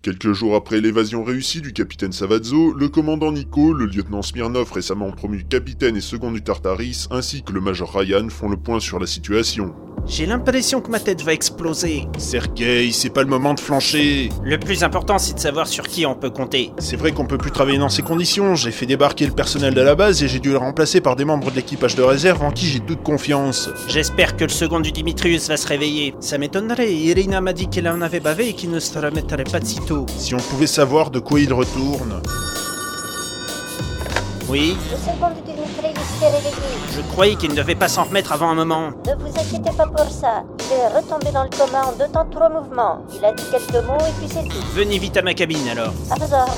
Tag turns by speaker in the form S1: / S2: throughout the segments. S1: Quelques jours après l'évasion réussie du capitaine Savazzo, le commandant Nico, le lieutenant Smirnov récemment promu capitaine et second du Tartaris, ainsi que le major Ryan font le point sur la situation.
S2: J'ai l'impression que ma tête va exploser.
S3: Sergueï, c'est pas le moment de flancher.
S2: Le plus important, c'est de savoir sur qui on peut compter.
S3: C'est vrai qu'on peut plus travailler dans ces conditions. J'ai fait débarquer le personnel de la base et j'ai dû le remplacer par des membres de l'équipage de réserve en qui j'ai toute confiance.
S2: J'espère que le second du Dimitrius va se réveiller. Ça m'étonnerait, Irina m'a dit qu'elle en avait bavé et qu'il ne se remettrait pas de sitôt.
S3: Si on pouvait savoir de quoi il retourne.
S2: Oui
S4: Le second du Dimitrius s'est réveillé.
S2: Je croyais qu'il ne devait pas s'en remettre avant un moment.
S4: Ne vous inquiétez pas pour ça. Il est retombé dans le coma en deux temps trois mouvements. Il a dit quelques mots et puis c'est tout.
S2: Venez vite à ma cabine alors.
S4: À vos ordres.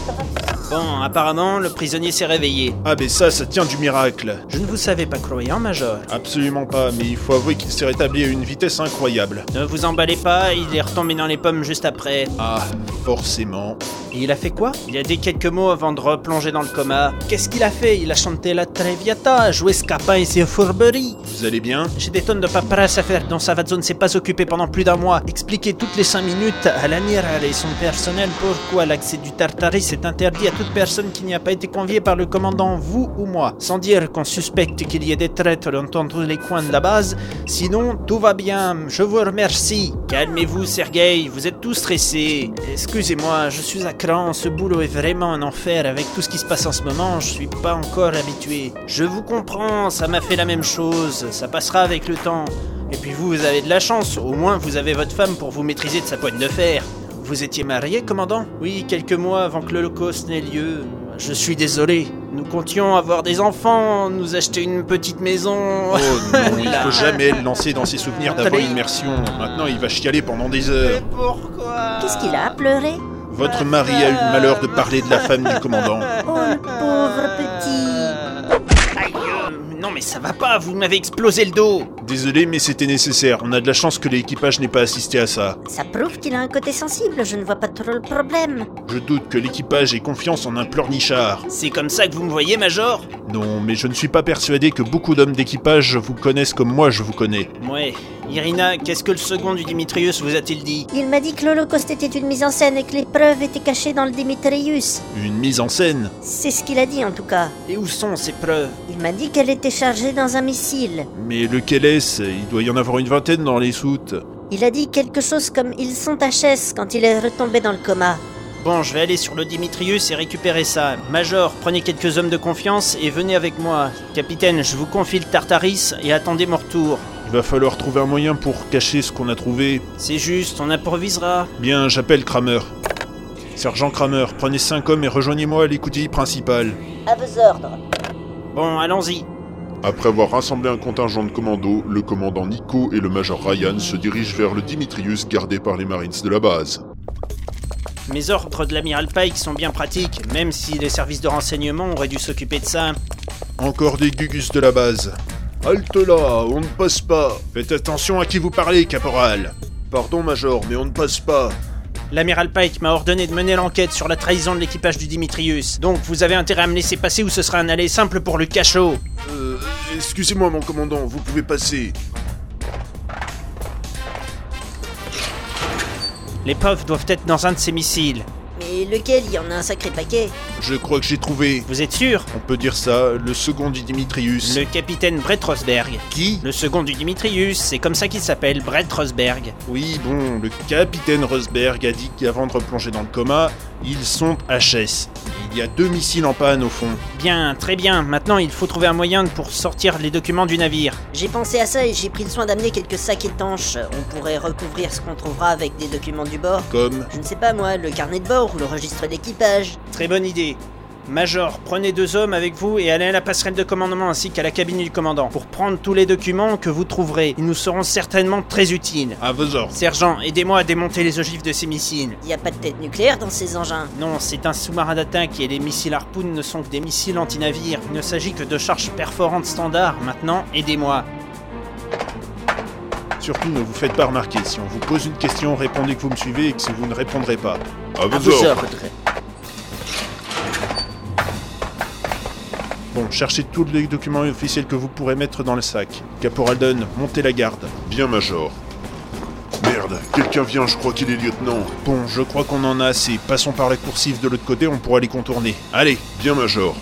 S2: Bon, apparemment, le prisonnier s'est réveillé.
S3: Ah ben ça, ça tient du miracle.
S2: Je ne vous savais pas croyant, Major.
S3: Absolument pas, mais il faut avouer qu'il s'est rétabli à une vitesse incroyable.
S2: Ne vous emballez pas, il est retombé dans les pommes juste après.
S3: Ah, forcément.
S2: Et il a fait quoi Il a dit quelques mots avant de replonger dans le coma. Qu'est-ce qu'il a fait Il a chanté la Traviata, joué Scapin et ses fourberies.
S3: Vous allez bien
S2: hein. J'ai des tonnes de paperasse à faire dont Savazzo ne s'est pas occupé pendant plus d'un mois. Expliquer toutes les cinq minutes à l'amiral et son personnel pourquoi l'accès du Tartaris est interdit à toute personne qui n'y a pas été conviée par le commandant, vous ou moi. Sans dire qu'on suspecte qu'il y ait des traîtres dans tous les coins de la base. Sinon, tout va bien. Je vous remercie. Calmez-vous, Sergueï. Vous êtes tous stressés. Excusez-moi, je suis à cran. Ce boulot est vraiment un enfer avec tout ce qui se passe en ce moment. Je suis pas encore habitué. Je vous comprends. Ça m'a fait la même chose. Ça passera avec le temps. Et puis vous, vous avez de la chance. Au moins, vous avez votre femme pour vous maîtriser de sa poigne de fer. Vous étiez marié, commandant Oui, quelques mois avant que l'Holocauste n'ait lieu. Je suis désolé. Nous comptions avoir des enfants, nous acheter une petite maison.
S3: Oh non, il faut jamais le lancer dans ses souvenirs d'avant-immersion. Maintenant, il va chialer pendant des heures.
S2: pourquoi
S4: Qu'est-ce qu'il a à pleurer
S3: Votre mari a eu le malheur de parler de la femme du commandant.
S4: Oh, le pauvre petit.
S2: Aïe euh, Non mais ça va pas, vous m'avez explosé le dos
S3: Désolé, mais c'était nécessaire. On a de la chance que l'équipage n'ait pas assisté à ça.
S4: Ça prouve qu'il a un côté sensible, je ne vois pas trop le problème.
S3: Je doute que l'équipage ait confiance en un pleurnichard.
S2: C'est comme ça que vous me voyez, Major
S3: Non, mais je ne suis pas persuadé que beaucoup d'hommes d'équipage vous connaissent comme moi je vous connais.
S2: Ouais. Irina, qu'est-ce que le second du Dimitrius vous a-t-il dit
S4: Il m'a dit que l'Holocauste était une mise en scène et que les preuves étaient cachées dans le Dimitrius.
S3: Une mise en scène
S4: C'est ce qu'il a dit en tout cas.
S2: Et où sont ces preuves
S4: Il m'a dit qu'elle était chargée dans un missile.
S3: Mais lequel est-ce Il doit y en avoir une vingtaine dans les soutes.
S4: Il a dit quelque chose comme ils sont HS quand il est retombé dans le coma.
S2: Bon, je vais aller sur le Dimitrius et récupérer ça. Major, prenez quelques hommes de confiance et venez avec moi. Capitaine, je vous confie le Tartaris et attendez mon retour.
S3: Il va falloir trouver un moyen pour cacher ce qu'on a trouvé.
S2: C'est juste, on improvisera.
S3: Bien, j'appelle Kramer. Sergent Kramer, prenez cinq hommes et rejoignez-moi à l'écoutille principale.
S4: À vos ordres.
S2: Bon, allons-y.
S1: Après avoir rassemblé un contingent de commandos, le commandant Nico et le major Ryan se dirigent vers le Dimitrius gardé par les Marines de la base.
S2: Mes ordres de l'amiral Pike sont bien pratiques, même si les services de renseignement auraient dû s'occuper de ça.
S3: Encore des gugus de la base. Halte là, on ne passe pas. Faites attention à qui vous parlez, caporal. Pardon, major, mais on ne passe pas.
S2: L'amiral Pike m'a ordonné de mener l'enquête sur la trahison de l'équipage du Dimitrius, donc vous avez intérêt à me laisser passer ou ce sera un aller simple pour le cachot.
S3: Euh, excusez-moi, mon commandant, vous pouvez passer.
S2: Les pauvres doivent être dans un de ces missiles.
S4: Mais lequel Il y en a un sacré paquet.
S3: Je crois que j'ai trouvé.
S2: Vous êtes sûr
S3: On peut dire ça, le second du Dimitrius.
S2: Le capitaine Brett Rosberg.
S3: Qui
S2: Le second du Dimitrius, c'est comme ça qu'il s'appelle, Brett Rosberg.
S3: Oui, bon, le capitaine Rosberg a dit qu'avant de replonger dans le coma, ils sont HS. Il y a deux missiles en panne au fond.
S2: Bien, très bien, maintenant il faut trouver un moyen pour sortir les documents du navire.
S4: J'ai pensé à ça et j'ai pris le soin d'amener quelques sacs étanches. On pourrait recouvrir ce qu'on trouvera avec des documents du bord.
S3: Comme
S4: Je ne sais pas moi, le carnet de bord ou le registre d'équipage.
S2: Très bonne idée. Major, prenez deux hommes avec vous et allez à la passerelle de commandement ainsi qu'à la cabine du commandant pour prendre tous les documents que vous trouverez. Ils nous seront certainement très utiles.
S3: à vos ordres.
S2: Sergent, aidez-moi à démonter les ogives de ces missiles.
S4: Il n'y a pas de tête nucléaire dans ces engins.
S2: Non, c'est un sous-marin d'attaque et les missiles Harpoon ne sont que des missiles anti-navires. Il ne s'agit que de charges perforantes standard. Maintenant, aidez-moi.
S3: Surtout, ne vous faites pas remarquer. Si on vous pose une question, répondez que vous me suivez et que si vous ne répondrez pas.
S1: À vos ordres
S3: Bon, cherchez tous les documents officiels que vous pourrez mettre dans le sac. Caporal Dunn, montez la garde.
S1: Bien, Major. Merde, Merde, quelqu'un vient, je crois qu'il est lieutenant.
S3: Bon, je crois qu'on en a assez. Passons par la coursive de l'autre côté, on pourra les contourner. Allez,
S1: Bien, Major.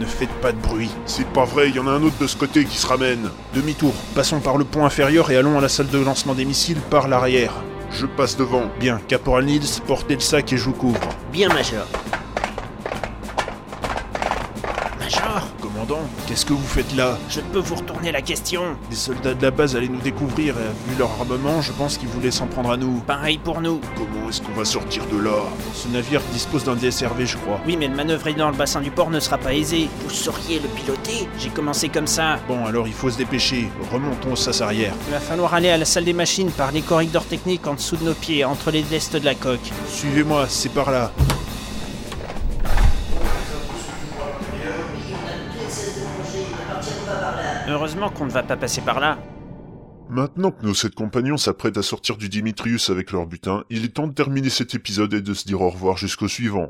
S3: ne faites pas de bruit.
S1: C'est pas vrai, il y en a un autre de ce côté qui se ramène.
S3: Demi-tour, passons par le pont inférieur et allons à la salle de lancement des missiles par l'arrière.
S1: Je passe devant.
S3: Bien, Caporal Nils, portez le sac et je vous couvre.
S2: Bien, Major. Major,
S3: Commandant, qu'est-ce que vous faites là
S2: je peux vous retourner la question.
S3: Les soldats de la base allaient nous découvrir et vu leur armement, je pense qu'ils voulaient s'en prendre à nous.
S2: Pareil pour nous.
S1: Comment est-ce qu'on va sortir de là
S3: Ce navire dispose d'un DSRV, je crois.
S2: Oui, mais le manœuvrer dans le bassin du port ne sera pas aisé. Vous sauriez le piloter J'ai commencé comme ça.
S3: Bon, alors il faut se dépêcher. Remontons au sas arrière.
S2: Il va falloir aller à la salle des machines par les corridors techniques en dessous de nos pieds, entre les lestes de la coque.
S3: Suivez-moi, c'est par là.
S2: Heureusement qu'on ne va pas passer par là.
S1: Maintenant que nos sept compagnons s'apprêtent à sortir du Dimitrius avec leur butin, il est temps de terminer cet épisode et de se dire au revoir jusqu'au suivant.